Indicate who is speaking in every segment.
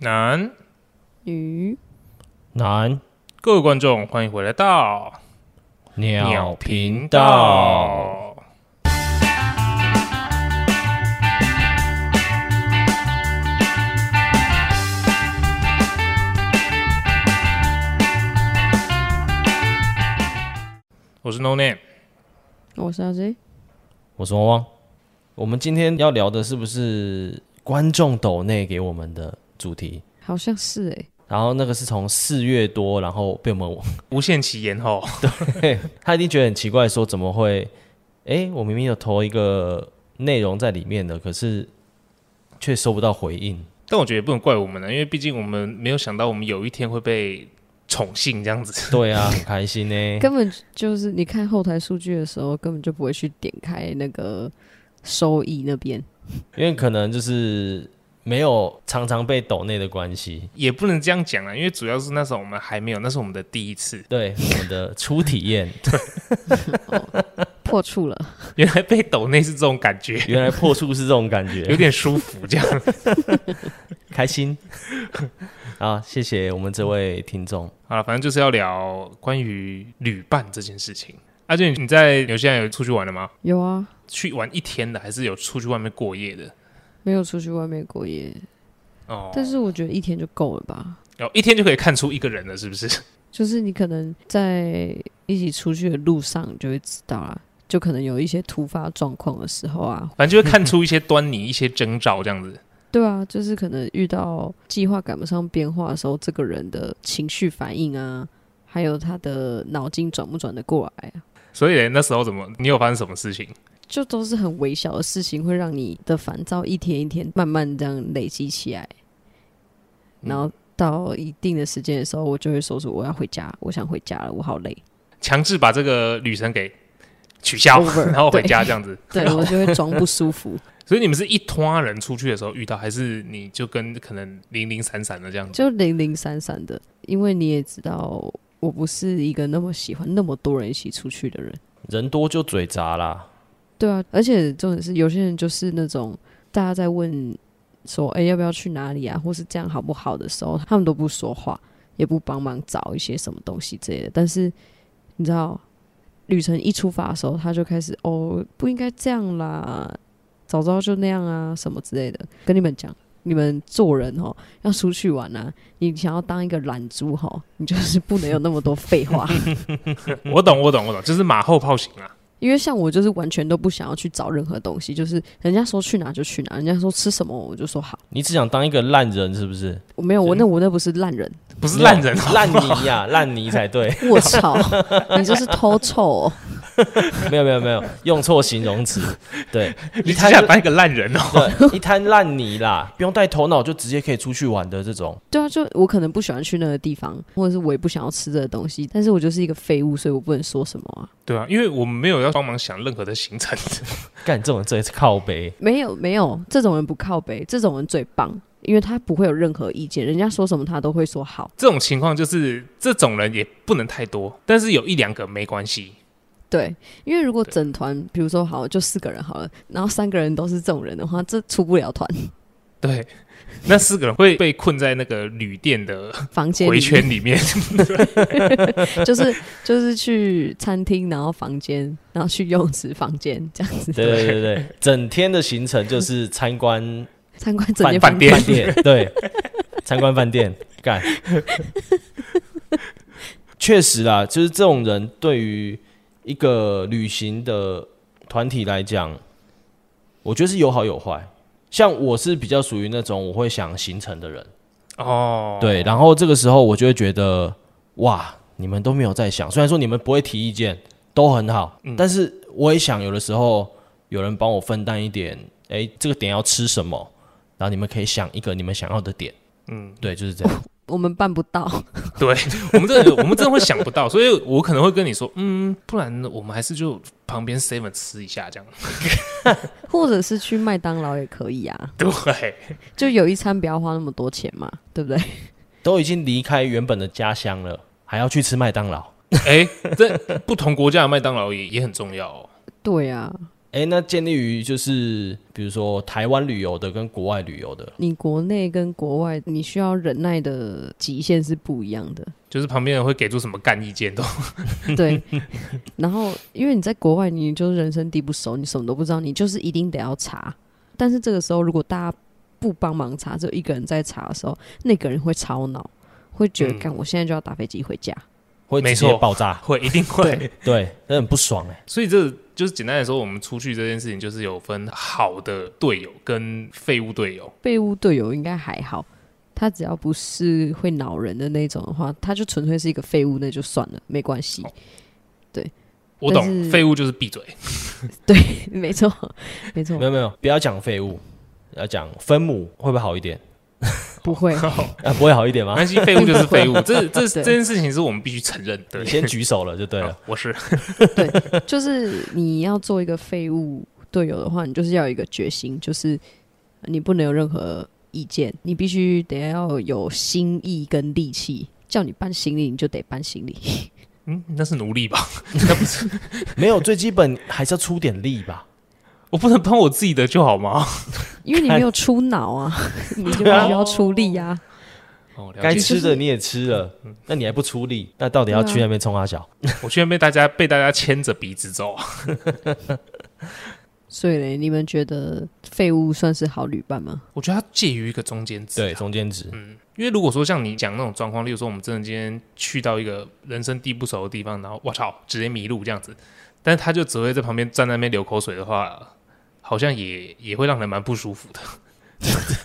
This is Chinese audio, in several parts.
Speaker 1: 南
Speaker 2: 鱼
Speaker 3: 南
Speaker 1: 各位观众，欢迎回来到
Speaker 3: 鸟频道。。
Speaker 1: 我是 No Name，
Speaker 2: 我是阿 Z，
Speaker 3: 我是汪汪。我们今天要聊的是不是观众抖内给我们的主题？
Speaker 2: 好像是哎、
Speaker 3: 然后那个是从四月多，然后被我们
Speaker 1: 无限期延后。
Speaker 3: 他一定觉得很奇怪，说怎么会？哎，我明明有投一个内容在里面的，可是却收不到回应。
Speaker 1: 但我觉得也不能怪我们啊了，因为毕竟我们没有想到我们有一天会被宠幸这样子。
Speaker 3: 对啊，很开心呢、
Speaker 2: 根本就是你看后台数据的时候，根本就不会去点开那个收益那边。
Speaker 3: 因为可能就是没有常常被抖内的关系。
Speaker 1: 也不能这样讲啊了，因为主要是那时候我们还没有，那是我们的第一次。
Speaker 3: 对我们的初体验，
Speaker 2: 破处了，
Speaker 1: 原来被抖内是这种感觉，
Speaker 3: 原来破处是这种感觉，
Speaker 1: 有点舒服这样。
Speaker 3: 开心。 啊，谢谢我们这位听众。
Speaker 1: 好了，反正就是要聊关于旅伴这件事情。阿俊，你在纽西兰有出去玩了吗？
Speaker 2: 有啊，
Speaker 1: 去玩一天的，还是有出去外面过夜的？
Speaker 2: 没有出去外面过夜，
Speaker 1: 哦，
Speaker 2: 但是我觉得一天就够了吧。
Speaker 1: 哦，一天就可以看出一个人了，是不是？
Speaker 2: 就是你可能在一起出去的路上，你就会知道啦，就可能有一些突发状况的时候啊，
Speaker 1: 反正就会看出一些端倪、一些征兆这样子。
Speaker 2: 对啊，就是可能遇到计划赶不上变化的时候，这个人的情绪反应啊，还有他的脑筋转不转得过来啊，
Speaker 1: 所以那时候怎么，你有发生什么事情？
Speaker 2: 就都是很微小的事情，会让你的烦躁一天一天慢慢这样累积起来，
Speaker 1: 嗯
Speaker 2: 然后到一定的时间的时候，我就会说出我要回家，我想回家了，我好累。
Speaker 1: 强制把这个旅程给取消
Speaker 2: Over，
Speaker 1: 然后回家这样子。
Speaker 2: 对我就会装不舒服，
Speaker 1: 所以你们是一拖人出去的时候遇到，还是你就跟可能零零散散的这样子？
Speaker 2: 就零零散散的，因为你也知道，我不是一个那么喜欢那么多人一起出去的人。
Speaker 3: 人多就嘴杂啦，
Speaker 2: 对啊，而且重点是有些人就是那种大家在问说，哎、要不要去哪里啊，或是这样好不好的时候，他们都不说话，也不帮忙找一些什么东西之类的。但是你知道，旅程一出发的时候，他就开始哦，不应该这样啦，早知道就那样啊，什么之类的。跟你们讲，你们做人哦，要出去玩啊，你想要当一个懒猪哦，你就是不能有那么多废话。嗯
Speaker 1: 我懂，我懂，我懂，就是马后炮型啊。
Speaker 2: 因为像我就是完全都不想要去找任何东西，就是人家说去哪就去哪，人家说吃什么我就说好，
Speaker 3: 你只想当一个烂人是不是？
Speaker 2: 我没有我那我那不是烂人，
Speaker 1: 不是烂人哦
Speaker 3: 没有烂泥呀、烂泥 才对。
Speaker 2: 我操， 你这是偷臭、哦，
Speaker 3: 没有没有没有，用错形容词。对，
Speaker 1: 你
Speaker 3: 一
Speaker 1: 只
Speaker 3: 滩
Speaker 1: 想当一个烂人哦。
Speaker 3: 对一滩烂泥啦，不用带头脑就直接可以出去玩的这种。
Speaker 2: 对啊，就我可能不喜欢去那个地方，或者是我也不想要吃这个东西，但是我就是一个废物，所以我不能说什么啊，
Speaker 1: 对啊，因为我们没有要帮忙想任何的行程，
Speaker 3: 干这种这也是靠背，
Speaker 2: 没有没有，这种人不靠北，这种人最棒，因为他不会有任何意见，人家说什么他都会说好，
Speaker 1: 这种情况就是这种人也不能太多，但是有一两个没关系。
Speaker 2: 对，因为如果
Speaker 1: 对
Speaker 2: 整团，比如说好就四个人好了，然后三个人都是这种人的话，这出不了团，
Speaker 1: 对，那四个人会被困在那个旅店的
Speaker 2: 房间里
Speaker 1: 回
Speaker 2: 面
Speaker 1: 圈里面。
Speaker 2: 就是就是去餐厅，然后房间，然后去游泳池房间这样子，
Speaker 3: 对对对 对，整天的行程就是参观
Speaker 2: 参观整间
Speaker 1: 饭
Speaker 2: 房
Speaker 1: 店
Speaker 3: 饭店，对，参观饭店， 干。确实啦，就是这种人对于一个旅行的团体来讲，我觉得是有好有坏。像我是比较属于那种我会想行程的人，
Speaker 1: 哦，
Speaker 3: 对，然后这个时候我就会觉得，哇，你们都没有在想，虽然说你们不会提意见，都很好，
Speaker 1: 嗯
Speaker 3: 但是我也想有的时候有人帮我分担一点，哎，这个点要吃什么，然后你们可以想一个你们想要的点，嗯，对，就是这样，
Speaker 2: 我们办不到，
Speaker 1: 对，我们真的我们真的会想不到，所以我可能会跟你说，嗯，不然我们还是就旁边 seven 吃一下这样。
Speaker 2: 或者是去麦当劳也可以啊，
Speaker 1: 对，
Speaker 2: 就有一餐不要花那么多钱嘛，对不对？
Speaker 3: 都已经离开原本的家乡了，还要去吃麦当劳，
Speaker 1: 哎、这不同国家的麦当劳也也很重要哦。
Speaker 2: 对啊，
Speaker 3: 哎、那建立于就是比如说台湾旅游的跟国外旅游的，
Speaker 2: 你国内跟国外，你需要忍耐的极限是不一样的。
Speaker 1: 就是旁边人会给出什么干意见都，
Speaker 2: 对，然后因为你在国外，你就是人生地不熟，你什么都不知道，你就是一定得要查。但是这个时候，如果大家不帮忙查，只有一个人在查的时候，那个人会超脑，会觉得
Speaker 1: 嗯
Speaker 2: 干、我现在就要搭飞机回家。
Speaker 3: 会
Speaker 1: 没
Speaker 3: 直
Speaker 1: 错
Speaker 3: 接爆炸，
Speaker 1: 会一定会。
Speaker 3: 对，那很不爽哎、
Speaker 1: 所以这就是简单来说，我们出去这件事情就是有分好的队友跟废物队友。
Speaker 2: 废物队友应该还好，他只要不是会恼人的那种的话，他就纯粹是一个废物，那就算了，没关系。
Speaker 1: 我
Speaker 2: 但
Speaker 1: 懂，
Speaker 2: 是
Speaker 1: 废物就是闭嘴。
Speaker 2: 没错，没错
Speaker 3: 没，有没有，不要讲废物，要讲分母会不会好一点？
Speaker 2: 不会。
Speaker 3: 啊，不会好一点
Speaker 1: 没
Speaker 3: 吗？
Speaker 1: 关系，废物就是 废物。这这这
Speaker 2: 对
Speaker 1: 件事情是我们必须承认的啊
Speaker 3: 你。先举手了就对啊了
Speaker 1: 好，我是
Speaker 2: 就是你要做一个废物队友的话，你就是要有一个决心，就是你不能有任何意见，你必须得要有心意跟力气。叫你搬行李，你就得搬行李。
Speaker 1: 嗯，那是奴隶吧？ 那不是，
Speaker 3: 没有，最基本还是要出点力吧。
Speaker 1: 我不能帮我自己的就好吗？
Speaker 2: 因为你没有出 脑啊，你就必须要出力啊。
Speaker 1: 哦，了
Speaker 3: 该
Speaker 1: 解。
Speaker 3: 吃的你也吃了，那你还不出力，那到底要去那边冲啊小？
Speaker 1: 我居然被大家被大家牵着鼻子走啊！
Speaker 2: 所以嘞，你们觉得废物算是好旅伴吗？
Speaker 1: 我觉得它介于一个中间值。
Speaker 3: 对，，中间值，
Speaker 1: 因为如果说像你讲那种状况，例如说我们真的今天去到一个人生地不熟的地方，然后我操，直接迷路这样子，但是他就只会在旁边站在那边流口水的话，好像也也会让人蛮不舒服的。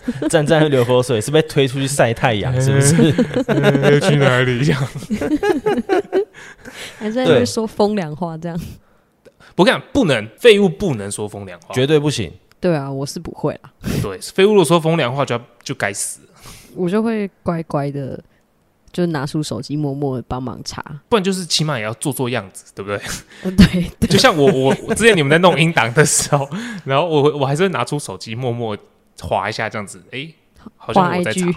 Speaker 3: 站站流口水，是被推出去晒太阳，
Speaker 1: 嗯
Speaker 3: 是不是？
Speaker 1: 去哪里？这样，
Speaker 2: 还是在那边
Speaker 3: 对
Speaker 2: 说风凉话这样？
Speaker 1: 我跟你讲，不能废物不能说风凉话，
Speaker 3: 绝对不行。
Speaker 2: 对啊，我是不会啦，
Speaker 1: 对废物如果说风凉话就要就该死，
Speaker 2: 我就会乖乖的，就拿出手机默默的帮忙查。
Speaker 1: 不然就是起码也要做做样子，对不对？
Speaker 2: 呃对，
Speaker 1: 就像我我我之前你们在弄音档的时候，然后我我还是会拿出手机默默划一下这样子，哎、好像
Speaker 2: 画
Speaker 1: 我在查
Speaker 2: IG。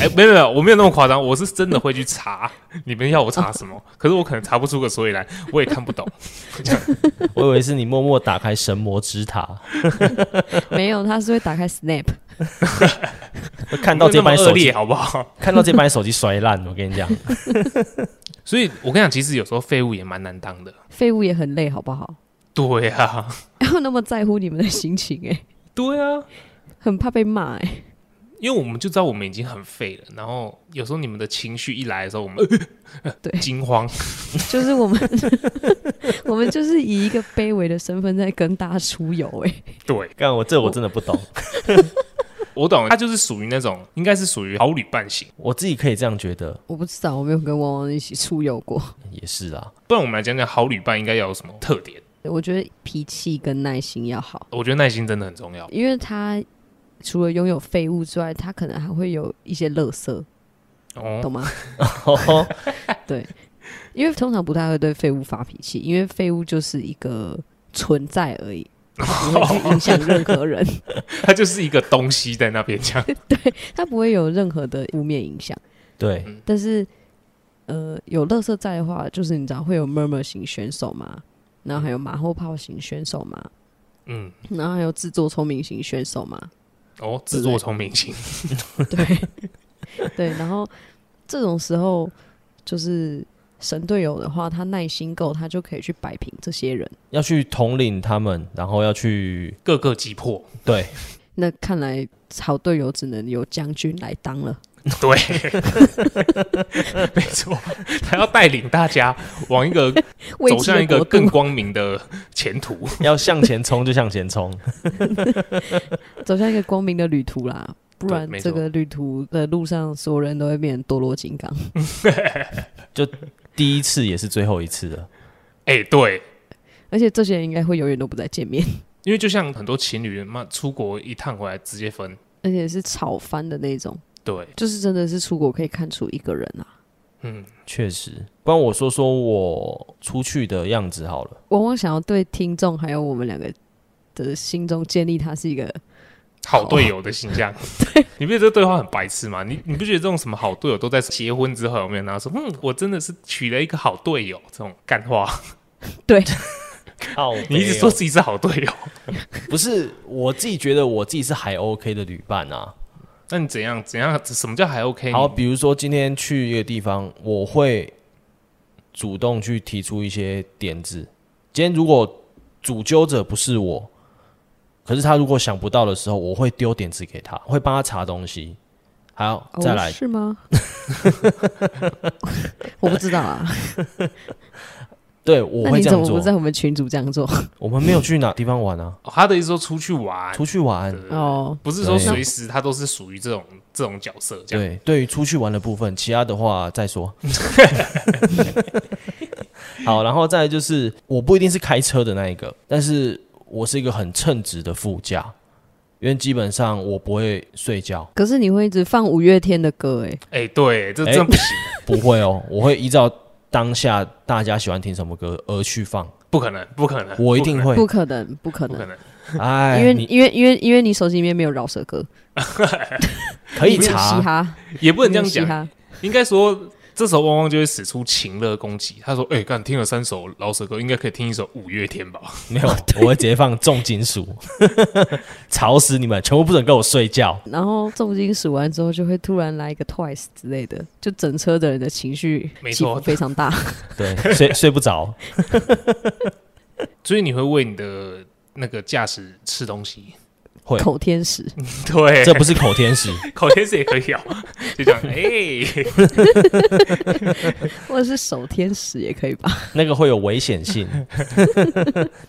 Speaker 1: 哎、没有没有，我没有那么夸张，我是真的会去查。你们要我查什么？可是我可能查不出个所以然，我也看不懂。
Speaker 3: 我以为是你默默打开神魔之塔，
Speaker 2: 没有，他是会打开 Snap。
Speaker 3: 会 看到这
Speaker 1: 不
Speaker 3: 把
Speaker 1: 要那 么恶
Speaker 3: 手机
Speaker 1: 劣，好不好？
Speaker 3: 看到这把手机摔烂。我 跟你讲，
Speaker 1: 所以我跟你讲，其实有时候废物也蛮难当 的。
Speaker 2: 废物也很累，好不 好？
Speaker 1: 对啊，
Speaker 2: 然后那么在乎你们的心情、哎，
Speaker 1: 对啊，
Speaker 2: 很怕被骂、哎，
Speaker 1: 因为我们就知道我们已经很废了，然后有时候你们的情绪一来的时候，我们
Speaker 2: 对
Speaker 1: 惊慌。
Speaker 2: 就是我们， 我们就是以一个卑微的身份在跟大家出游、哎，
Speaker 1: 对，
Speaker 3: 干我这我真的不懂，
Speaker 1: 我懂，他就是属于那种应该是属于好旅伴型。
Speaker 3: 我自己可以这样觉得，
Speaker 2: 我不知道，我没有跟汪汪一起出游过。
Speaker 3: 也是啊。
Speaker 1: 不然我们来讲讲好旅伴应该要有什么特点？
Speaker 2: 我觉得脾气跟耐心要好，
Speaker 1: 我觉得耐心真的很重要。
Speaker 2: 因为他除了拥有废物之外，他可能还会有一些垃圾，
Speaker 1: 哦，
Speaker 2: 懂吗？对，因为通常不太会对废物发脾气，因为废物就是一个存在而已，他不会去影响任何 人。
Speaker 1: 它就是一个东西在那边这 样。
Speaker 2: 它不会有任何的负面影响。
Speaker 3: 对，
Speaker 2: 但是，呃，有乐色在的话，就是你知道会有 murmur 型选手嘛，然后还有马后炮型选手嘛，
Speaker 1: 嗯，
Speaker 2: 然后还有自作聪明型选 手嘛，
Speaker 1: 哦，自作聪明型。
Speaker 2: 对，对，然后这种时候就是神队友的话，他耐心够，他就可以去摆平这些人。
Speaker 3: 要去统领他们，然后要去
Speaker 1: 各个击破，
Speaker 3: 对，
Speaker 2: 那看来好队友只能由将军来当了。
Speaker 1: 对，没错，他要带领大家往一个
Speaker 2: 危
Speaker 1: 走
Speaker 2: 机的
Speaker 1: 向一个
Speaker 2: 国
Speaker 1: 更
Speaker 2: 度
Speaker 1: 光明的前途。
Speaker 3: 要向前冲就向前冲。
Speaker 2: 走向一个光明的旅途啦，不
Speaker 1: 对
Speaker 2: 然
Speaker 1: 没
Speaker 2: 这
Speaker 1: 错
Speaker 2: 个旅途的路上，所有人都会变成堕落金刚。
Speaker 3: 第一次也是最后一次了，
Speaker 1: 哎、对，
Speaker 2: 而且这些人应该会永远都不再见面，
Speaker 1: 因为就像很多情侣嘛，出国一趟回来直接分。
Speaker 2: 而且是吵翻的那种，
Speaker 1: 对，
Speaker 2: 就是真的是出国可以看出一个人啊。
Speaker 1: 嗯，
Speaker 3: 确实。不然我说说我出去的样子好了。
Speaker 2: 往往想要对听众还有我们两个的心中建立他是一个
Speaker 1: 好队友的形象。
Speaker 2: 哦
Speaker 1: 你不觉得这 对话很白痴吗？你你不觉得这种什么好队友都在结婚之后有没有？然后说，嗯，我真的是娶了一个好队友，这种干话。
Speaker 2: 对，
Speaker 3: 靠北哦，
Speaker 1: 你一直说自己是好队友，
Speaker 3: 不是我自己觉得我自己是还 OK 的旅伴啊。
Speaker 1: 那你怎样怎样？什么叫还 OK？
Speaker 3: 好，比如说今天去一个地方，我会主动去提出一些点子。今天如果主纠者不是我，可是他如果想不到的时候，我会丢点子给他，会帮他查东西。好，再来
Speaker 2: 哦、是吗？ 我不知道啊，
Speaker 3: 对，我
Speaker 2: 那
Speaker 3: 会
Speaker 2: 你
Speaker 3: 这
Speaker 2: 怎
Speaker 3: 样
Speaker 2: 么
Speaker 3: 做
Speaker 2: 不。在我们群组这样做？
Speaker 3: 我们没有去哪地方玩啊，
Speaker 1: 哦他的意思说出去玩，
Speaker 3: 出去玩。
Speaker 1: 嗯
Speaker 2: 哦，
Speaker 1: 不是说
Speaker 3: 对
Speaker 1: 随时他都是属于这种这种角色这样。
Speaker 3: 对，对于出去玩的部分，其他的话再说。 好，然后再来就是，我不一定是开车的那一个，但是我是一个很称职的副驾，因为基本上我不会睡觉，
Speaker 2: 可是你会一直放五月天的歌哎，
Speaker 1: 哎、对，这
Speaker 3: 哎
Speaker 1: 真不行，
Speaker 3: 不会哦，我会依照当下大家喜欢听什么歌而去放，
Speaker 1: 不可能，不可能，
Speaker 3: 我一定会
Speaker 2: 不。可能，不可
Speaker 1: 不可
Speaker 2: 能，
Speaker 1: 能，
Speaker 3: 哎，
Speaker 2: 因为
Speaker 3: 你
Speaker 2: 因为因为因为你手机里面没有饶舌歌，
Speaker 3: 可以
Speaker 2: 没有嘻
Speaker 3: 查，
Speaker 2: 哈，
Speaker 1: 也不能这样
Speaker 2: 没有嘻啊
Speaker 1: 讲。
Speaker 2: 哈，
Speaker 1: 应该说，这时候汪汪就会使出情乐攻击。他说：“哎、干，听了三首老舍歌，应该可以听一首五月天吧？
Speaker 3: 没有，我会直接放重金属， 吵死你们，全部不准跟我睡觉。
Speaker 2: 然后重金属完之后就会突然来一个 Twice 之类的，就整车的人的情绪
Speaker 1: 没
Speaker 2: 起
Speaker 1: 错
Speaker 2: 伏非常大。
Speaker 3: 对，睡睡不着。
Speaker 1: 所以你会为你的那个驾驶吃东西，
Speaker 3: 会
Speaker 2: 口天使，
Speaker 1: 对，
Speaker 3: 这不是口天使，
Speaker 1: 口天使也可以哦， 就这样，哎、
Speaker 2: 或者是手天使也可以吧？
Speaker 3: 那个会有危 险性，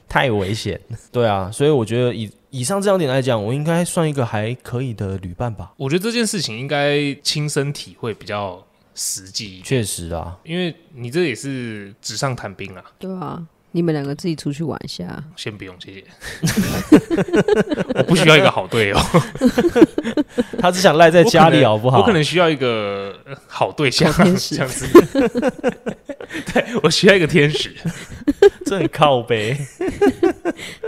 Speaker 3: 太危险。对啊，所以我觉得以以上这两点来讲，我应该算一个还可以的旅伴吧。
Speaker 1: 我觉得这件事情应该亲身体会比较实际一点，
Speaker 3: 确实啊，
Speaker 1: 因为你这也是纸上谈兵啊。
Speaker 2: 对啊，你们两个自己出去玩一下，啊
Speaker 1: 先不用，谢谢。 我不需要一个好队友，哦
Speaker 3: 他只想赖在家里 好不啊好？
Speaker 1: 我可能需要一个呃好对象，
Speaker 2: 好天使
Speaker 1: 这样子。 对我需要一个天使，
Speaker 3: 这很靠背。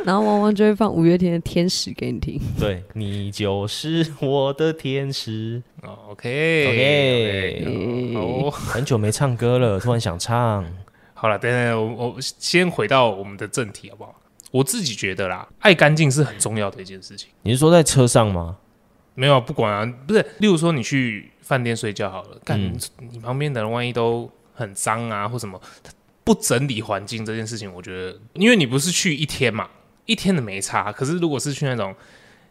Speaker 2: 然后汪汪就会放五月天的《天使》给你听。
Speaker 3: 对你就是我的天使。
Speaker 1: 哦 OK
Speaker 3: OK
Speaker 1: 哦，
Speaker 3: 很久没唱歌了，突然想唱。
Speaker 1: 好了，等等，我我先回到我们的正题好不好？我自己觉得啦，爱干净是很重要的一件事情。
Speaker 3: 你是说在车上吗？
Speaker 1: 没有啊，不管啊，不是，例如说你去饭店睡觉好了，干、
Speaker 3: 嗯
Speaker 1: 你旁边的人万一都很脏啊或什么，他不整理环境这件事情，我觉得，因为你不是去一天嘛，一天的没差，可是如果是去那种，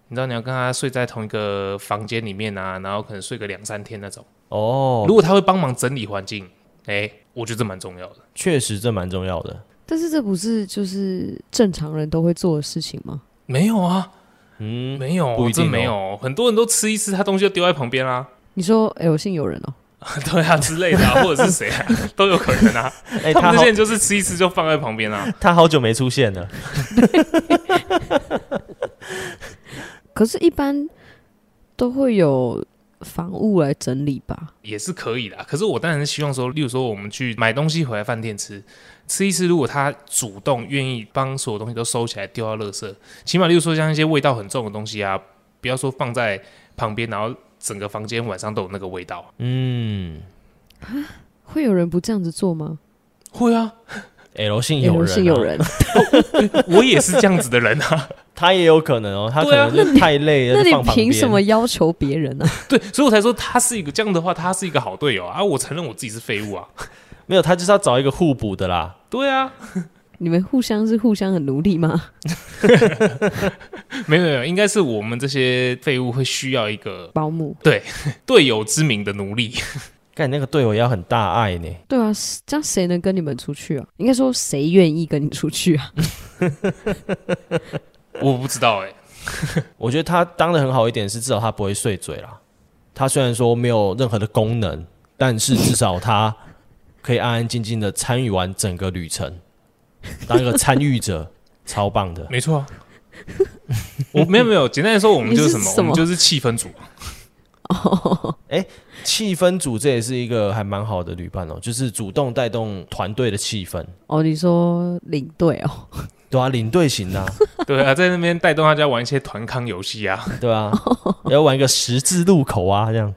Speaker 1: 你知道你要跟他睡在同一个房间里面啊，然后可能睡个两三天那种，
Speaker 3: 哦
Speaker 1: 如，果他会帮忙整理环境，哎、我觉得这蛮重要的。
Speaker 3: 确实这蛮重要的。
Speaker 2: 但是这不是就是正常人都会做的事情吗？
Speaker 1: 没有啊，
Speaker 3: 嗯，
Speaker 1: 没有，啊
Speaker 3: 不一定哦
Speaker 1: 真没有，很多人都吃一吃，他东西就丢在旁边啊啦、
Speaker 2: 你说，哎、我信有人哦、
Speaker 1: 对啊之类的、啊，或者是谁啊， 都有可能啊。
Speaker 3: 哎、
Speaker 1: 他
Speaker 3: 他
Speaker 1: 们
Speaker 3: 好
Speaker 1: 这些人就是吃一吃就放在旁边啊。
Speaker 3: 他好久没出现了。
Speaker 2: 可是，一般都会有房务来整理吧？
Speaker 1: 也是可以的。可是我当然是希望说，例如说我们去买东西回来饭店吃，吃一吃，如果他主动愿意帮所有东西都收起来丢到垃圾，起码例如说像一些味道很重的东西啊，不要说放在旁边，然后整个房间晚上都有那个味道。
Speaker 3: 嗯
Speaker 2: 会有人不这样子做吗？哎
Speaker 1: 会啊，
Speaker 3: ，L 姓有人、啊
Speaker 2: 信有， 人，
Speaker 1: 我也是这样子的人啊。
Speaker 3: 他也有可能哦，他可
Speaker 1: 对啊
Speaker 3: 能是太累了，
Speaker 2: 那
Speaker 3: 就
Speaker 2: 你
Speaker 3: 放旁
Speaker 2: 凭什
Speaker 3: 边
Speaker 2: 么要求别人呢、啊？
Speaker 1: 对，所以我才说他是一个这样的话，他是一个好队友啊。啊我承认我自己是废物啊。
Speaker 3: 没有，他就是要找一个互补的啦。
Speaker 1: 对啊，
Speaker 2: 你们互相是互相很奴隶吗？
Speaker 1: 没有没有，应该是我们这些废物会需要一个
Speaker 2: 保姆？
Speaker 1: 队友之名的奴隶。
Speaker 3: 干那个队友要很大爱呢，
Speaker 2: 对啊，这样谁能跟你们出去啊？应该说谁愿意跟你出去啊？
Speaker 1: 我不知道哎、
Speaker 3: 我觉得他当的很好一点是至少他不会碎嘴啦。他虽然说没有任何的功能，但是至少他可以安安静静的参与完整个旅程，当一个参与者， 超棒的。
Speaker 1: 没错啊，我没有没有，简单来说，我们就是什么？
Speaker 2: 你是什么
Speaker 1: 我们就是气氛组。
Speaker 3: 气氛组这也是一个还蛮好的旅伴哦，就是主动带动团队的气氛，
Speaker 2: 哦，你说领队哦，
Speaker 3: 对啊，领队型的、啊，
Speaker 1: 对啊，在那边带动大家玩一些团康游戏啊，
Speaker 3: 对 啊，要玩一个十字路口啊，这样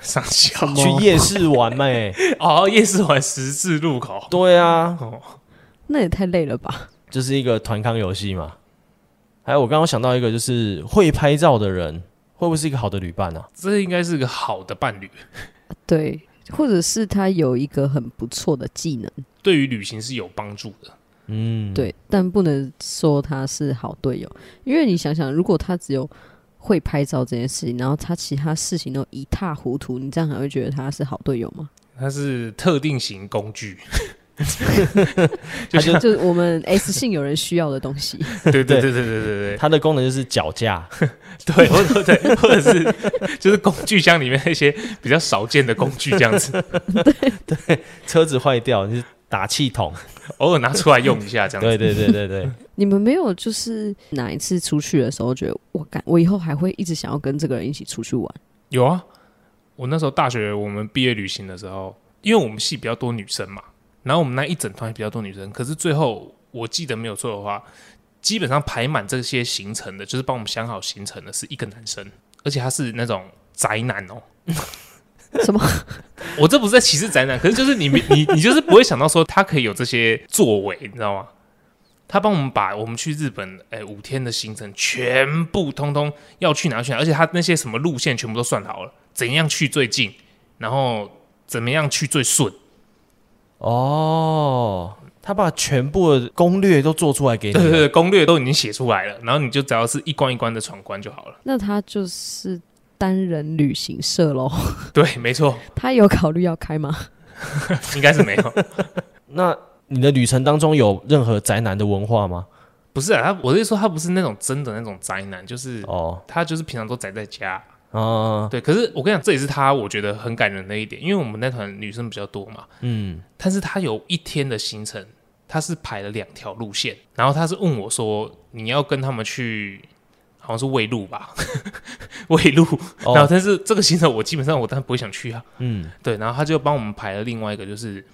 Speaker 1: 上校
Speaker 3: 去夜市 玩嘛、欸，
Speaker 1: 哦，夜市玩十字路口。
Speaker 3: 对啊，
Speaker 1: 哦，
Speaker 2: 那也太累了吧？
Speaker 3: 就是一个团康游戏嘛。还有我刚刚想到一个，就是会拍照的人会不会是一个好的旅伴啊？
Speaker 1: 这应该是个好的伴侣，
Speaker 2: 对，或者是他有一个很不错的技能，
Speaker 1: 对于旅行是有帮助的。
Speaker 3: 嗯，，
Speaker 2: 对，但不能说他是好队友，因为你想想，如果他只有会拍照这件事情，然后他其他事情都一塌糊涂，你这样还会觉得他是好队友吗？
Speaker 1: 它是特定型工具，
Speaker 3: 他就
Speaker 2: 就是我们 S 姓有人需要的东西，
Speaker 1: 对对对对
Speaker 3: 对
Speaker 1: 对对对
Speaker 3: 它的功能就是脚架，
Speaker 1: 对，或者对，或者是就是工具箱里面那些比较少见的工具这样子，
Speaker 3: 车子坏掉就是打 气筒，
Speaker 1: 偶尔拿出来用一下这样子。
Speaker 3: 对对对 对对，
Speaker 2: 你们没有就是哪一次出去的时候觉得我感我以后还会一直想要跟这个人一起出去玩？
Speaker 1: 有啊，我那时候大学我们毕业旅行的时候，因为我们系比较多女生嘛，然后我们那一整团也比较多女生，可是最后我记得没有错的话，基本上排满这些行程的，就是帮我们想好行程的是一个男生，而且他是那种宅男哦。
Speaker 2: 什么？
Speaker 1: 我这不是在歧视宅男，可是就是你没你你就是不会想到说他可以有这些作为，你知道吗？他帮我们把我们去日本哎五天的行程全部通通要去哪去哪，而且他那些什么路线全部都算好了，怎样去最近，然后怎么样去最顺。
Speaker 3: 哦，他把全部的攻略都做出来给你啊
Speaker 1: 对对
Speaker 3: 了，
Speaker 1: 对，攻略都已经写出来了，然后你就只要是一关一关的闯关就好了。
Speaker 2: 那他就是单人旅行社喽？
Speaker 1: 对，没错，
Speaker 2: 他有考虑要开吗？
Speaker 1: 应该是没有。
Speaker 3: 那你的旅程当中有任何宅男的文化吗？
Speaker 1: 不是啊，他我是说他不是那种真的那种宅男，就是
Speaker 3: 哦，
Speaker 1: 他就是平常都宅在家。
Speaker 3: 啊，
Speaker 1: 对，可是我跟你讲，这也是他我觉得很感人的一点，因为我们那团女生比较多嘛，
Speaker 3: 嗯，
Speaker 1: 但是他有一天的行程，他是排了两条路线，然后他是问我说你要跟他们去，好像是卫路吧， 卫路，然后
Speaker 3: 哦，
Speaker 1: 但是这个行程我基本上我当然不会想去啊，
Speaker 3: 嗯，
Speaker 1: 对，然后他就帮我们排了另外一个，就是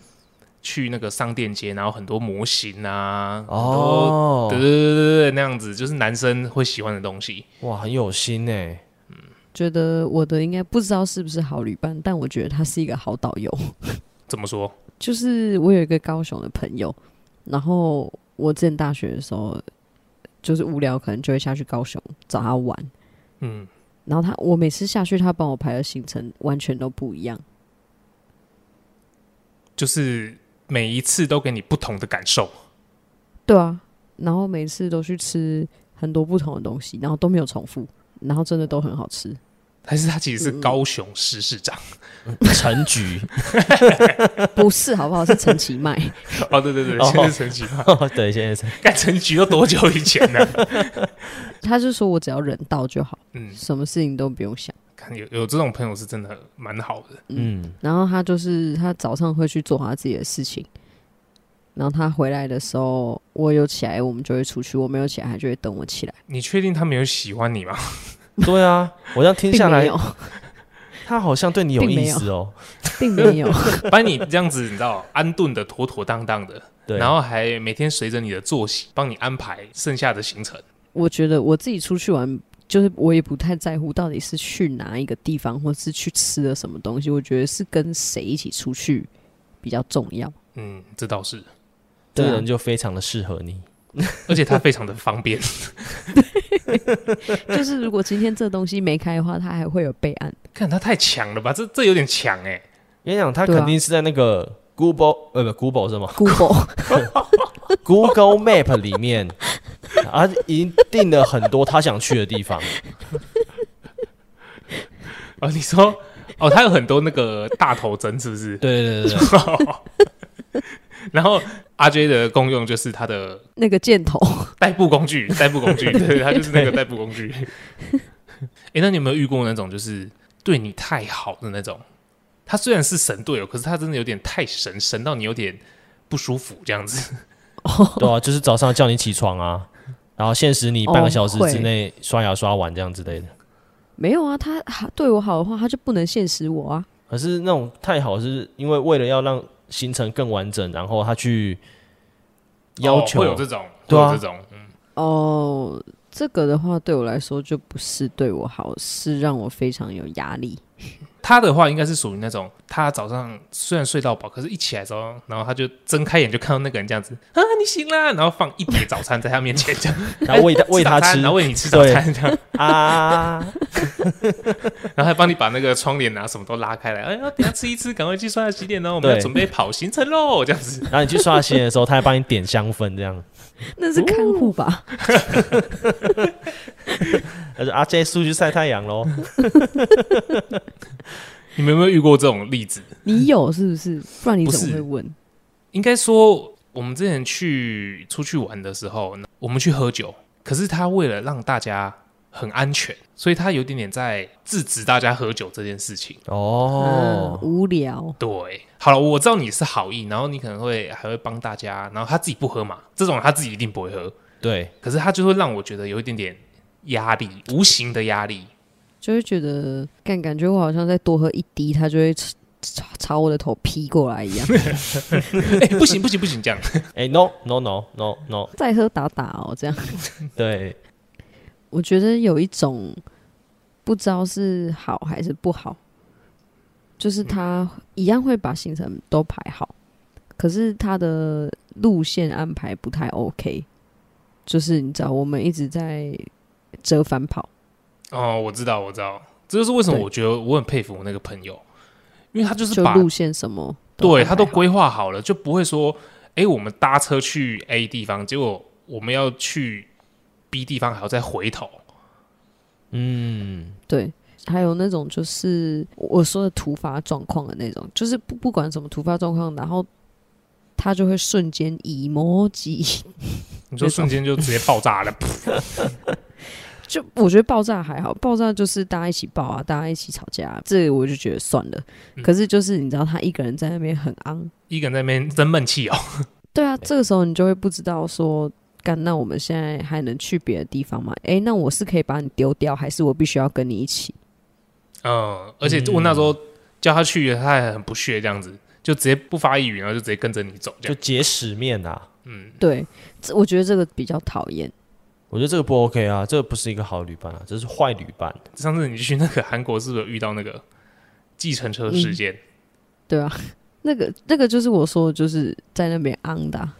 Speaker 1: 去那个商店街，然后很多模型啊，
Speaker 3: 哦
Speaker 1: 很多，对，对对对对，那样子就是男生会喜欢的东西。
Speaker 3: 哇，很有心哎，
Speaker 2: 觉得我的应该不知道是不是好旅伴，但我觉得他是一个好导游。
Speaker 1: 怎么说？
Speaker 2: 就是我有一个高雄的朋友，然后我之前大学的时候，就是无聊可能就会下去高雄找他玩，
Speaker 1: 嗯，
Speaker 2: 然后他我每次下去，他帮我排的行程完全都不一样。
Speaker 1: 就是每一次都给你不同的感受。
Speaker 2: 对啊，然后每次都去吃很多不同的东西，然后都没有重复，然后真的都很好吃。
Speaker 1: 还是他其实是
Speaker 3: 嗯
Speaker 1: 高雄市市长？
Speaker 3: 陈局，
Speaker 2: 不是好不好？是陈其迈，
Speaker 1: 哦，对对对，
Speaker 3: 哦
Speaker 1: 现在是陈吉嘛，
Speaker 3: 对，现在是
Speaker 1: 干陈吉都多久以前了？
Speaker 2: 他就说我只要人到就好，
Speaker 1: 嗯，
Speaker 2: 什么事情都不用想。
Speaker 1: 看有有这种朋友是真的蛮好的。
Speaker 3: 嗯，
Speaker 2: 然后他就是他早上会去做他自己的事情，然后他回来的时候，我有起来我们就会出去，我没有起来他就会等我起来，
Speaker 1: 你确定他没有喜欢你吗？
Speaker 3: 对啊，我这样听
Speaker 2: 并
Speaker 3: 下
Speaker 2: 没
Speaker 3: 来，
Speaker 2: 有，
Speaker 3: 他好像对你有
Speaker 2: 并没
Speaker 3: 意
Speaker 2: 有
Speaker 3: 思哦，
Speaker 2: 并没有。
Speaker 1: 把你这样子，你知道，安顿的妥妥当当的，
Speaker 3: 对，
Speaker 1: 然后还每天随着你的作息帮你安排剩下的行程。
Speaker 2: 我觉得我自己出去玩，就是我也不太在乎到底是去哪一个地方，或是去吃了什么东西。我觉得是跟谁一起出去比较重 要。
Speaker 1: 嗯，这倒是，
Speaker 3: 这
Speaker 2: 对啊
Speaker 3: 个
Speaker 2: 啊
Speaker 3: 人就非常的适合你，
Speaker 1: 而且它非常的方便。
Speaker 2: 就是如果今天这东西没开的话，它还会有备案。
Speaker 1: 看它太强了吧，这这有点强哎、
Speaker 3: 跟你讲，他
Speaker 2: 对啊
Speaker 3: 肯定是在那个 Google 呃不 Google 是吗
Speaker 2: Google，
Speaker 3: ？Google Map 里面 啊，已经定了很多他想去的地 方，
Speaker 1: 哦，你说哦，它有很多那个大头针，是不是？
Speaker 3: 对对对对对，
Speaker 1: 然后 RJ 的功用就是它的
Speaker 2: 那个箭头，
Speaker 1: 代步工 具，代步工具，对，它就是那个代步工具。 哎、那你有没有遇过那种就是对你太好的那种？他虽然是神队友，可是他真的有点太神，神到你有点不舒服这样子。
Speaker 3: 对啊，就是早上叫你起床啊，然后限时你半个小时
Speaker 2: 哦会
Speaker 3: 之内刷牙刷碗这样之类的。
Speaker 2: 没有啊，他对我好的话，他就不能限时我啊。
Speaker 3: 可是那种太好，是因为为了要让行程更完整，然后他去 要
Speaker 1: 哦
Speaker 3: 求、
Speaker 1: 会有这种，
Speaker 3: 对啊
Speaker 1: 会有这种，嗯，
Speaker 2: 哦，这个的话对我来说就不是对我好，是让我非常有压力。
Speaker 1: 他的话应该是属于那种，他早上虽然睡到饱，可是一起来之后，然后他就睁开眼就看到那个人这样子啊，你醒啦，然后放一碟早餐在他面前，这样
Speaker 3: 然后喂 他喂他
Speaker 1: 早餐
Speaker 3: 吃
Speaker 1: 然后喂你吃早餐这样，
Speaker 3: 啊，
Speaker 1: 然后还帮你把那个窗帘啊什么都拉开来， 哎呀，等一下吃一吃，赶快去刷牙洗脸哦，我们要
Speaker 3: 对
Speaker 1: 准备跑行程喽，这样子。
Speaker 3: 然后你去刷鞋的时候，他还帮你点香氛，这样。
Speaker 2: 那是看护吧？
Speaker 3: 他说啊，这数去晒太阳 喽。
Speaker 2: 嗯
Speaker 1: 你们有没有遇过这种例子？
Speaker 2: 你有是不是？不然你怎么
Speaker 1: 不
Speaker 2: 会
Speaker 1: 是
Speaker 2: 问？
Speaker 1: 应该说，我们之前去出去玩的时候，我们去喝酒，可是他为了让大家很安全，所以他有点点在制止大家喝酒这件事情。
Speaker 3: 哦
Speaker 2: 啊，，无聊。
Speaker 1: 对，好了，我知道你是好意，然后你可能会还会帮大家，然后他自己不喝嘛，这种他自己一定不会喝，
Speaker 3: 对，
Speaker 1: 可是他就会让我觉得有一点点压力，无形的压力。
Speaker 2: 就会觉得感感觉我好像再多喝一滴，他就会朝朝朝我的头劈过来一样，
Speaker 1: 哎、不行不行不行，这样
Speaker 3: 哎，no no no no no，
Speaker 2: 再喝打打哦，这样。
Speaker 3: 对，
Speaker 2: 我觉得有一种不知道是好还是不好，
Speaker 1: 嗯
Speaker 2: 就是他一样会把行程都排好，可是他的路线安排不太 OK，就是你知道我们一直在折返跑，
Speaker 1: 哦，我知道我知道，这就是为什么
Speaker 2: 对
Speaker 1: 我觉得我很佩服我那个朋友，因为他就是
Speaker 2: 就
Speaker 1: 把
Speaker 2: 路线什么
Speaker 1: 对
Speaker 2: 安
Speaker 1: 他
Speaker 2: 排
Speaker 1: 都
Speaker 2: 好
Speaker 1: 规划好了，就不会说，哎、我们搭车去 A 地方，结果我们要去 B 地方还要再回头。
Speaker 3: 嗯，
Speaker 2: 对，还有那种就是我说的突发状况的那种，就是不不管什么突发状况，然后他就会瞬间 emoji，
Speaker 1: 你说
Speaker 2: 没错
Speaker 1: 瞬间就直接爆炸 了，噗
Speaker 2: 就我觉得爆炸还好，爆炸就是大家一起爆啊，大家一起吵架啊、这个我就觉得算了。可是就是你知道他一个人在那边很昂，
Speaker 1: 一个人在那边真闷气哦。
Speaker 2: 对啊，这个时候你就会不知道说。干，那我们现在还能去别的地方吗？诶，那我是可以把你丢掉，还是我必须要跟你一起？
Speaker 1: 嗯，而且我那时候叫他去，他还很不屑这样子，就直接不发一语，然后就直接跟着你走这
Speaker 3: 就
Speaker 1: 样。
Speaker 3: 解屎面啊。
Speaker 1: 嗯，
Speaker 2: 对，这我觉得这个比较讨厌。
Speaker 3: 我觉得这个不 OK 啊，这个不是一个好旅伴啊，这是坏旅伴。
Speaker 1: 上次你去那个韩国是不是有遇到那个计程车事件？
Speaker 2: 对啊， 那个那个就是我说，的，就是在那边昂的啊、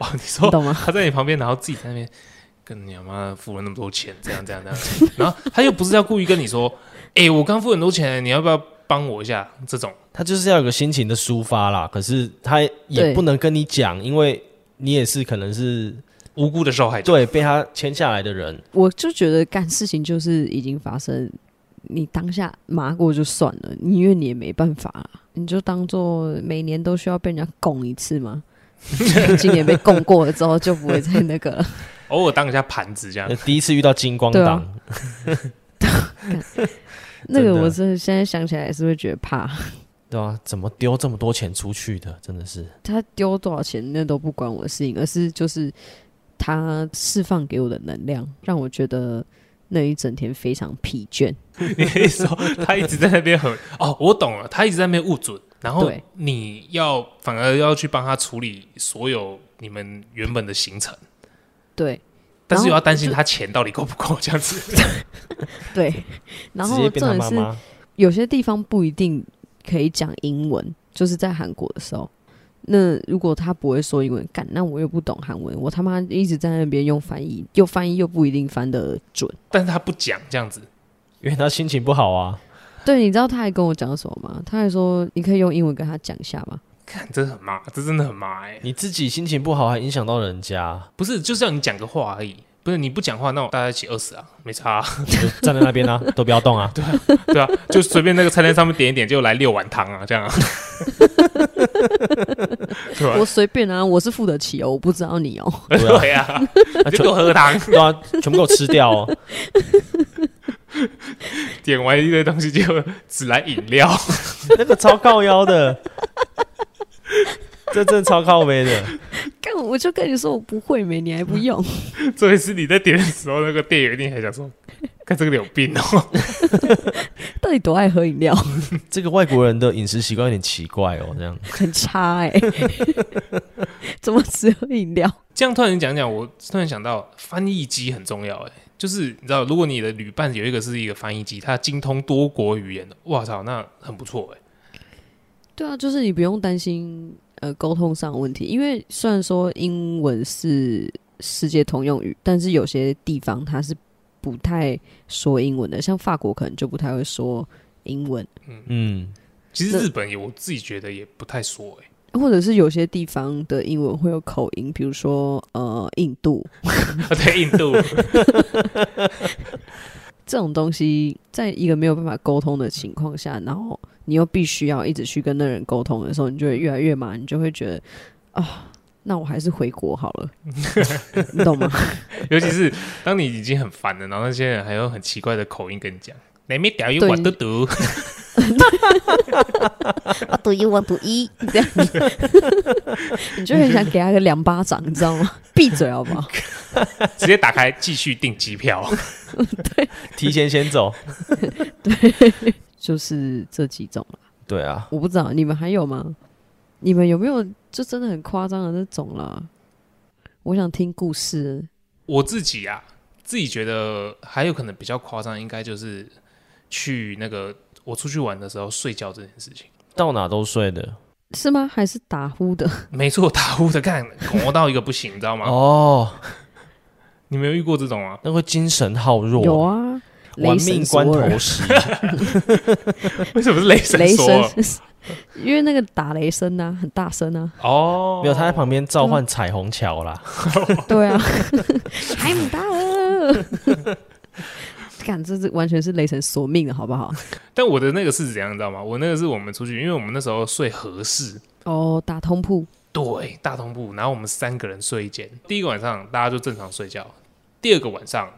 Speaker 1: 哦，你
Speaker 2: 你
Speaker 1: 说
Speaker 2: 懂吗？
Speaker 1: 他在你旁边，然后自己在那边跟你妈付了那么多钱，这样这样这样， 然后他又不是要故意跟你说，哎、我刚付很多钱，你要不要帮我一下？这种
Speaker 3: 他就是要有个心情的抒发啦，可是他也
Speaker 2: 对
Speaker 3: 不能跟你讲，因为你也是可能是
Speaker 1: 无辜的受害者，
Speaker 3: 对被他签下来的人，
Speaker 2: 我就觉得干事情就是已经发生，你当下麻过就算了，你因为你也没办法啊、你就当做每年都需要被人家拱一次 嘛。今年被供过了之后，就不会再那个了。
Speaker 1: 偶尔当一下盘子这样
Speaker 3: 那。第一次遇到金光
Speaker 2: 嗯对啊
Speaker 3: 党，
Speaker 2: 那个
Speaker 3: 真的
Speaker 2: 我真的现在想起来也是会觉得怕。
Speaker 3: 对啊，怎么丢这么多钱出去的？真的是，
Speaker 2: 他丢多少钱那都不关我的事情，而是就是他释放给我的能量，让我觉得那一整天非常疲倦。
Speaker 1: 你可以说他一直在那边很哦，我懂了，他一直在那边误准，然后
Speaker 2: 对
Speaker 1: 你要反而要去帮他处理所有你们原本的行程，
Speaker 2: 对
Speaker 1: 但是
Speaker 2: 然后
Speaker 1: 又要担心
Speaker 2: 就
Speaker 1: 他钱到底够不够这样子。
Speaker 2: 对， 然
Speaker 3: 直接
Speaker 2: 后
Speaker 3: 变他
Speaker 2: 重点
Speaker 3: 妈
Speaker 2: 是
Speaker 3: 妈。
Speaker 2: 有些地方不一定可以讲英文，就是在韩国的时候。那如果他不会说英文，干那我又不懂韩文，我他妈一直在那边用翻译，又翻译又不一定翻得准。
Speaker 1: 但是他不讲这样子，
Speaker 3: 因为他心情不好啊，
Speaker 2: 对，你知道他还跟我讲什么吗？他还说你可以用英文跟他讲一下吗？
Speaker 1: 看这很骂，这真的很骂哎、
Speaker 3: 你自己心情不好还影响到人家，
Speaker 1: 不是就是要你讲个话而已，不是你不讲话，那我大家一起饿死啊，没差啊、
Speaker 3: 就站在那边啊， 都不要动啊。
Speaker 1: 对啊，就随便那个菜单上面点一点，就来六碗汤啊，这样啊。对
Speaker 2: 我
Speaker 1: 啊
Speaker 2: 随便啊，我是付得起哦，我不知道你哦。
Speaker 3: 我
Speaker 1: 对啊，
Speaker 3: 啊
Speaker 1: 你就
Speaker 3: 全
Speaker 1: 给我喝汤，
Speaker 3: 对啊，全部给我吃掉哦。
Speaker 1: 点完一堆东西就只来饮料。
Speaker 3: 那个超靠腰的， 这真的超靠背的。
Speaker 2: 干，我就跟你说我不会没，你还不用。
Speaker 1: 所以是你在点的时候，那个店员一定还想说，看这个人有病哦。
Speaker 2: 到底多爱喝饮料，
Speaker 3: 这个外国人的饮食习惯有点奇怪哦，这样
Speaker 2: 很差哎、欸 怎么只有饮料？
Speaker 1: 这样突然讲讲，我突然想到翻译机很重要哎、就是你知道，如果你的旅伴有一个是一个翻译机，他精通多国语言的，哇操，那很不错哎、
Speaker 2: 对啊，就是你不用担心呃沟通上的问题，因为虽然说英文是世界通用语，但是有些地方它是不太说英文的，像法国可能就不太会说英文，
Speaker 3: 嗯，
Speaker 1: 其实
Speaker 2: 那
Speaker 1: 日本也我自己觉得也不太说哎、
Speaker 2: 或者是有些地方的英文会有口音，比如说呃印度
Speaker 1: 啊， 对，印度，
Speaker 2: 这种东西，在一个没有办法沟通的情况下，然后你又必须要一直去跟那人沟通的时候，你就会越来越麻，你就会觉得啊、那我还是回国好了，你懂吗？
Speaker 1: 尤其是当你已经很烦了，然后那些人还有很奇怪的口音跟你讲，来没屌一
Speaker 2: 对
Speaker 1: 我嘟嘟，
Speaker 2: 啊，赌一我赌一，这样，你就很想给他个两巴掌，你知道 吗？闭嘴好不好？
Speaker 1: 直接打开继续订机票。
Speaker 3: 提前先走。
Speaker 2: 就是这几种啦，
Speaker 3: 对啊，
Speaker 2: 我不知道你们还有吗？你们有没有就真的很夸张的那种啦？我想听故事，
Speaker 1: 我自己啊，自己觉得还有可能比较夸张，应该就是去那个我出去玩的时候睡觉这件事情。
Speaker 3: 到哪都睡的。
Speaker 2: 是吗？还是打呼的？
Speaker 1: 没错，打呼的干磨到一个不行，你知道吗？
Speaker 3: 哦，
Speaker 1: 你没有遇过这种吗？
Speaker 3: 那会精神耗弱，
Speaker 2: 有啊，
Speaker 3: 玩
Speaker 2: 雷神
Speaker 3: 命
Speaker 2: 索
Speaker 3: 关
Speaker 2: 尔
Speaker 3: 头时。
Speaker 1: 为什么是雷神
Speaker 2: 雷
Speaker 1: 说？
Speaker 2: 声，因为那个打雷声呐、很大声啊，
Speaker 1: 哦，
Speaker 3: 没有，他在旁边召唤彩虹桥啦。
Speaker 2: 对啊，海姆大了， 感啊这是完全是雷神索命的好不好？
Speaker 1: 但我的那个是怎样，你知道吗？我那个是我们出去，因为我们那时候睡合适，
Speaker 2: 哦，打通铺，
Speaker 1: 对，大通铺，然后我们三个人睡一间。第一个晚上大家就正常睡觉，第二个晚上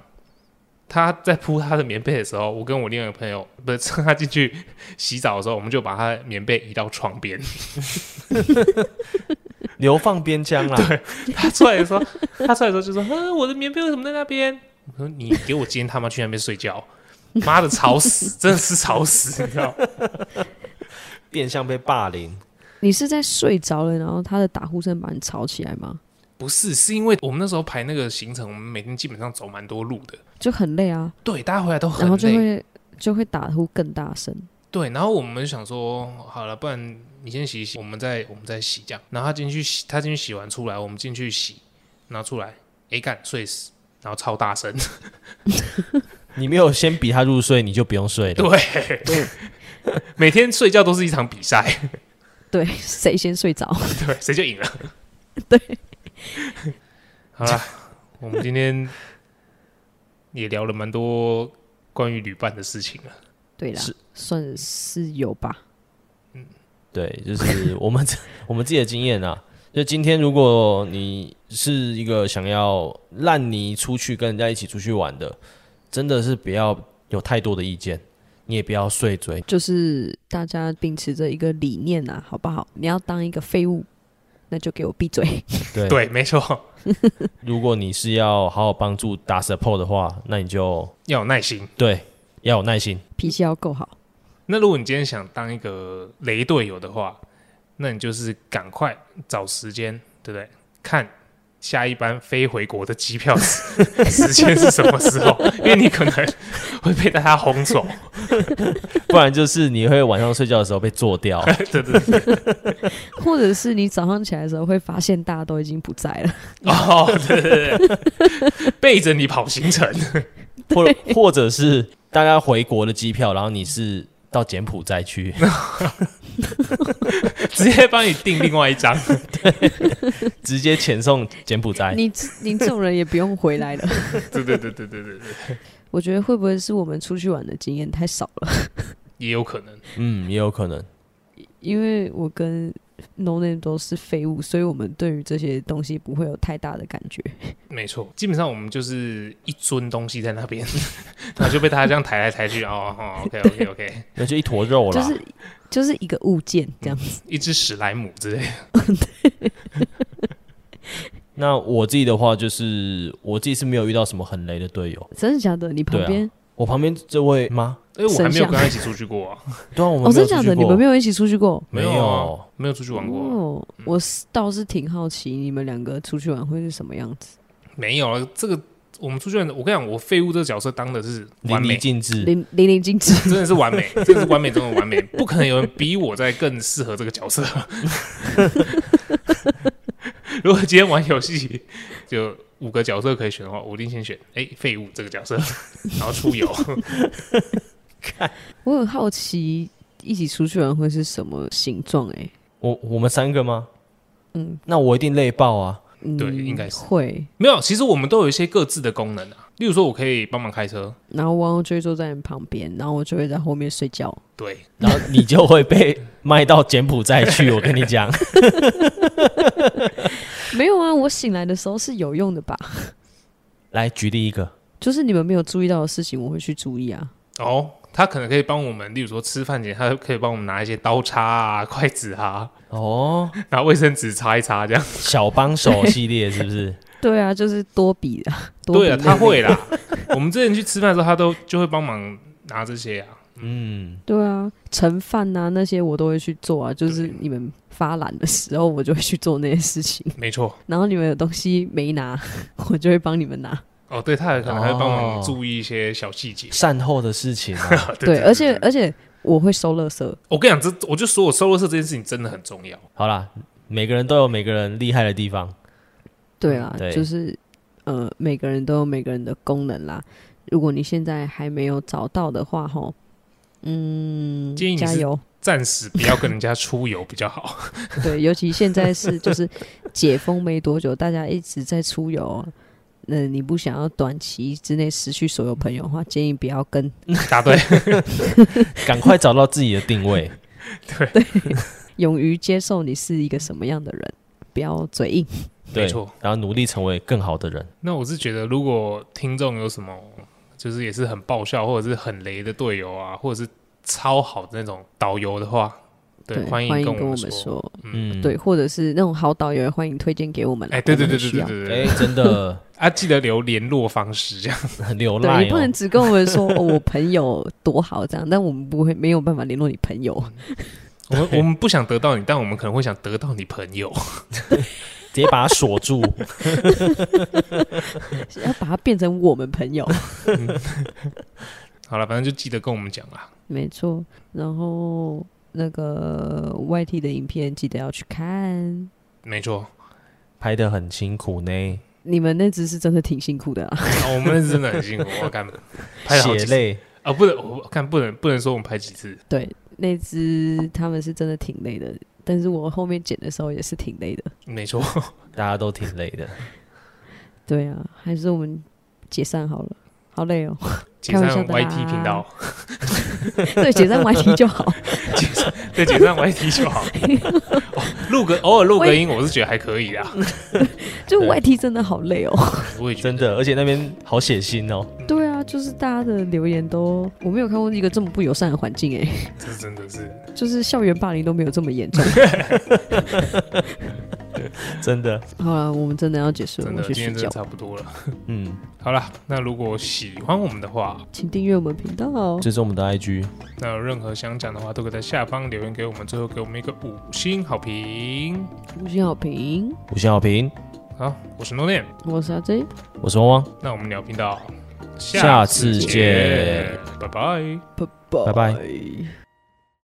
Speaker 1: 他在铺他的棉被的时候，我跟我另外一个朋友，不是趁他进去 洗澡的时候，我们就把他的棉被移到床边。
Speaker 3: 流放边疆啦。
Speaker 1: 他出来的时候，他出来的时候就说：“嗯，我的棉被为什么在那边？”我说：“你给我今天他妈去那边睡觉。”妈的，吵死！ 真的是吵死，你知道？
Speaker 3: 变相被霸凌。
Speaker 2: 你是在睡着了，然后他的打呼声把你吵起来吗？
Speaker 1: 不是，是因为我们那时候排那个行程，我们每天基本上走蛮多路的。
Speaker 2: 就很累啊，
Speaker 1: 对，大家回来都
Speaker 2: 然
Speaker 1: 很
Speaker 2: 后就
Speaker 1: 累。
Speaker 2: 会就会打呼更大声。
Speaker 1: 对，然后我们就想说，好了，不然你先洗一洗，我们再我们再洗这样。然后他进去洗，他进去洗完出来，我们进去洗，然后出来，哎干睡死，然后超大声，
Speaker 3: 你没有先逼他入睡，你就不用睡了。
Speaker 1: 对， 每天睡觉都是一场比赛，
Speaker 2: 对，谁先睡着？
Speaker 1: 对，谁就赢了，
Speaker 2: 对，
Speaker 1: 好了，我们今天也聊了蛮多关于旅伴的事情了，
Speaker 2: 对啦
Speaker 3: 是，
Speaker 2: 算是有吧。
Speaker 3: 对，就是我们我们自 己的经验啊。就今天，如果你是一个想要烂泥出去跟人家一起出去玩的，真的是不要有太多的意见，你也不要碎嘴。
Speaker 2: 就是大家秉持着一个理念啊，好不好？你要当一个废物，那就给我闭嘴。
Speaker 3: 对，
Speaker 1: 对，没错，
Speaker 3: 如果你是要好好帮助打 support 的话，那你就
Speaker 1: 要有耐心。
Speaker 3: 对要有耐心。
Speaker 2: 脾气要够好。
Speaker 1: 那如果你今天想当一个雷队友的话，那你就是赶快找时间，对不对？看下一班飞回国的机票时时间是什么时候，因为你可能会被大家轰走。
Speaker 3: 不然就是你会晚上睡觉的时候被做掉。
Speaker 1: 对对对，
Speaker 2: 或者是你早上起来的时候会发现大家都已经不在了，
Speaker 1: 哦，对对对对，背着你跑行程，
Speaker 3: 或或者是大家回国的机票，然后你是到柬埔寨去，
Speaker 1: 直接帮你订另外一张。
Speaker 3: 直接遣送柬埔
Speaker 1: 哎
Speaker 3: 寨。
Speaker 2: 你这你这种人也不用回来了。
Speaker 1: 对对对对对对对，
Speaker 2: 我觉得会不会是我们出去玩的经验太少了？
Speaker 1: 也有可能。
Speaker 3: 嗯，也有可能。
Speaker 2: 因为我跟 No Name 都是废物，所以我们对于这些东西不会有太大的感觉。
Speaker 1: 没错，基本上我们就是一尊东西在那边，然后就被大家这样抬来抬去。哦哦，OK OK OK，
Speaker 3: 那就一坨肉
Speaker 2: 就
Speaker 3: 啦。
Speaker 2: 是就是一个物件这样子。
Speaker 1: 一只史莱姆之类的。
Speaker 3: 那我自己的话，就是我自己是没有遇到什么很雷的队友，
Speaker 2: 真的假的？你旁边、
Speaker 3: 我旁边这位吗？
Speaker 1: 因哎为我还没有
Speaker 2: 神像
Speaker 1: 跟他一起出去过啊，
Speaker 3: 对啊，我
Speaker 2: 哦，
Speaker 3: 们没
Speaker 2: 真
Speaker 3: 有
Speaker 2: 假
Speaker 3: 出
Speaker 2: 的？
Speaker 3: 去
Speaker 2: 你
Speaker 3: 过，
Speaker 2: 们没有一起出去过？
Speaker 3: 没
Speaker 1: 有
Speaker 3: 有
Speaker 1: 啊，没有出去玩过，
Speaker 2: 哦，我是倒是挺好奇你们两个出去玩会是什么样子，
Speaker 1: 没有啊。这个我们出去玩，我跟你讲，我废物这个角色当的是
Speaker 3: 淋
Speaker 1: 完
Speaker 3: 漓
Speaker 1: 美，
Speaker 3: 尽致。
Speaker 2: 淋淋漓尽致。
Speaker 1: 真的是完美， 真的是完美中的完美，不可能有人比我在更适合这个角色。 如果今天玩游戏就五个角色可以选的话，我一定先选哎废物这个角色， 然后出游。
Speaker 2: 我很好奇一起出去玩会是什么形状、欸？哎，
Speaker 3: 我我们三个吗？
Speaker 2: 嗯，
Speaker 3: 那我一定累爆啊！
Speaker 2: 嗯
Speaker 1: 对应该是
Speaker 2: 会。
Speaker 1: 没有，其实我们都有一些各自的功能啊，例如说我可以帮忙开车，
Speaker 2: 然后汪汪就会坐在你旁边，然后我就会在后面睡觉。
Speaker 1: 对，
Speaker 3: 然后你就会被卖到柬埔寨去，我跟你讲，
Speaker 2: 没有啊，我醒来的时候是有用的吧？
Speaker 3: 来举例一个，
Speaker 2: 就是你们没有注意到的事情，我会去注意啊。
Speaker 1: 哦，他可能可以帮我们，例如说吃饭前，他可以帮我们拿一些刀叉啊、筷子啊，
Speaker 3: 哦，
Speaker 1: 拿卫生纸擦一擦这样。
Speaker 3: 小帮手系列是 不是？
Speaker 2: 对啊，就是多比 啊，多比
Speaker 1: 对啊，
Speaker 2: 类
Speaker 1: 他会啦。我们之前去吃饭的时候，他都就会帮忙拿这些啊。
Speaker 3: 嗯，
Speaker 2: 对啊，盛饭啊那些我都会去做啊。就是你们发懒的时候，我就会去做那些事 情。
Speaker 1: 没错，
Speaker 2: 然后你们有东西没拿， 我就会帮你们拿。
Speaker 1: 哦，对，他可能还会帮
Speaker 3: 哦
Speaker 1: 忙注意一些小细节。
Speaker 3: 善后的事情、啊，
Speaker 2: 对，而且而且我会收垃圾。
Speaker 1: 我跟你讲，这我就说我收垃圾这件事情真的很重要。
Speaker 3: 好啦，每个人都有每个人厉害的地方。
Speaker 2: 对啊，
Speaker 3: 对
Speaker 2: 就是呃，每个人都有每个人的功能啦。如果你现在还没有找到的话，吼，嗯，
Speaker 1: 建议你
Speaker 2: 加
Speaker 1: 是
Speaker 2: 油。
Speaker 1: 暂时不要跟人家出游比较好。
Speaker 2: 对，尤其现在是就是解封没多久，大家一直在出游、啊。那你不想要短期之内失去所有朋友的话，建议不要跟。
Speaker 1: 答对，
Speaker 3: 赶快找到自己的 定位。
Speaker 2: 勇于接受你是一个什么样的人，不要嘴硬。
Speaker 3: 对，
Speaker 1: 没错。
Speaker 3: 然后努力成为更好的人。
Speaker 1: 那我是觉得，如果听众有什么就是也是很爆笑或者是很雷的队友啊，或者是超好的那种导游的话，对，
Speaker 2: 欢
Speaker 1: 迎
Speaker 2: 跟
Speaker 1: 跟我
Speaker 2: 我
Speaker 1: 们
Speaker 2: 们。说，
Speaker 3: 嗯，
Speaker 2: 对，或者是那种好导游，也欢迎推荐给我们啦。
Speaker 1: 哎，对对
Speaker 2: 我们
Speaker 1: 对对
Speaker 2: 很需
Speaker 1: 对
Speaker 2: 要
Speaker 1: 对
Speaker 3: 哎
Speaker 1: 对，、
Speaker 3: 真的
Speaker 1: 啊，记得留联络方式这样。
Speaker 3: 很流
Speaker 2: 对
Speaker 3: 赖
Speaker 2: 你不能
Speaker 3: 哦。
Speaker 2: 只跟我们说、哦、我朋友多好这样，但我们不会没有办法联络你朋友。
Speaker 1: 嗯我们我们不想得到你，但我们可能会想得到你朋友。
Speaker 3: 直接把它锁住。
Speaker 2: 要把它变成我们朋友。
Speaker 1: 好了，反正就记得跟我们讲啦。
Speaker 2: 没错，然后那个 YT 的影片记得要去看。
Speaker 1: 没错，
Speaker 3: 拍的很辛苦呢，
Speaker 2: 你们那只是真的挺辛苦的啊，
Speaker 1: 啊我们是真的很辛苦，我干拍了好
Speaker 3: 血
Speaker 1: 几次
Speaker 3: 泪。
Speaker 1: 啊，不能我看不能不能说我们拍几次，
Speaker 2: 对，那只他们是真的挺累的，但是我后面剪的时候也是挺累的。
Speaker 1: 没错，
Speaker 3: 大家都挺累的，
Speaker 2: 对啊，还是我们解散好了，好 累哦。
Speaker 1: 解
Speaker 2: 开玩
Speaker 1: 散
Speaker 2: 笑的啦
Speaker 1: YT 频道，
Speaker 2: 对，解散 YT 就 好。
Speaker 1: 对，解散 YT 就好。哦录个偶尔录个音，我是觉得还可以啊啦。
Speaker 2: 就
Speaker 3: 对
Speaker 2: YT 真的好累哦。
Speaker 1: 我也觉得
Speaker 3: 真的，而且那边好血腥 哦。
Speaker 2: 对啊，就是大家的留言都，我没有看过一个这么不友善的环境哎、
Speaker 1: 这真的是
Speaker 2: 就是校园霸凌都没有这 么严重。
Speaker 3: 真的，
Speaker 2: 好了，我们真的要结束了，
Speaker 1: 真
Speaker 2: 我
Speaker 1: 的，
Speaker 2: 去
Speaker 1: 今
Speaker 2: 睡
Speaker 1: 天真
Speaker 2: 觉
Speaker 1: 的。差不多了。
Speaker 3: 嗯，
Speaker 1: 好啦，那如果喜欢我们的话，
Speaker 2: 请订阅我们频道，哦
Speaker 3: 这是我们的 IG，
Speaker 1: 那有任何想讲的话，都可以在下方留言给我们，最后给我们一个五星好评。
Speaker 2: 五星好评。
Speaker 3: 五星好评，
Speaker 1: 好，我是 No Name，
Speaker 2: 我是阿 J，
Speaker 3: 我是汪汪，
Speaker 1: 那我们聊频道，
Speaker 3: 下次见，
Speaker 1: 拜拜。
Speaker 2: 拜
Speaker 3: 拜拜。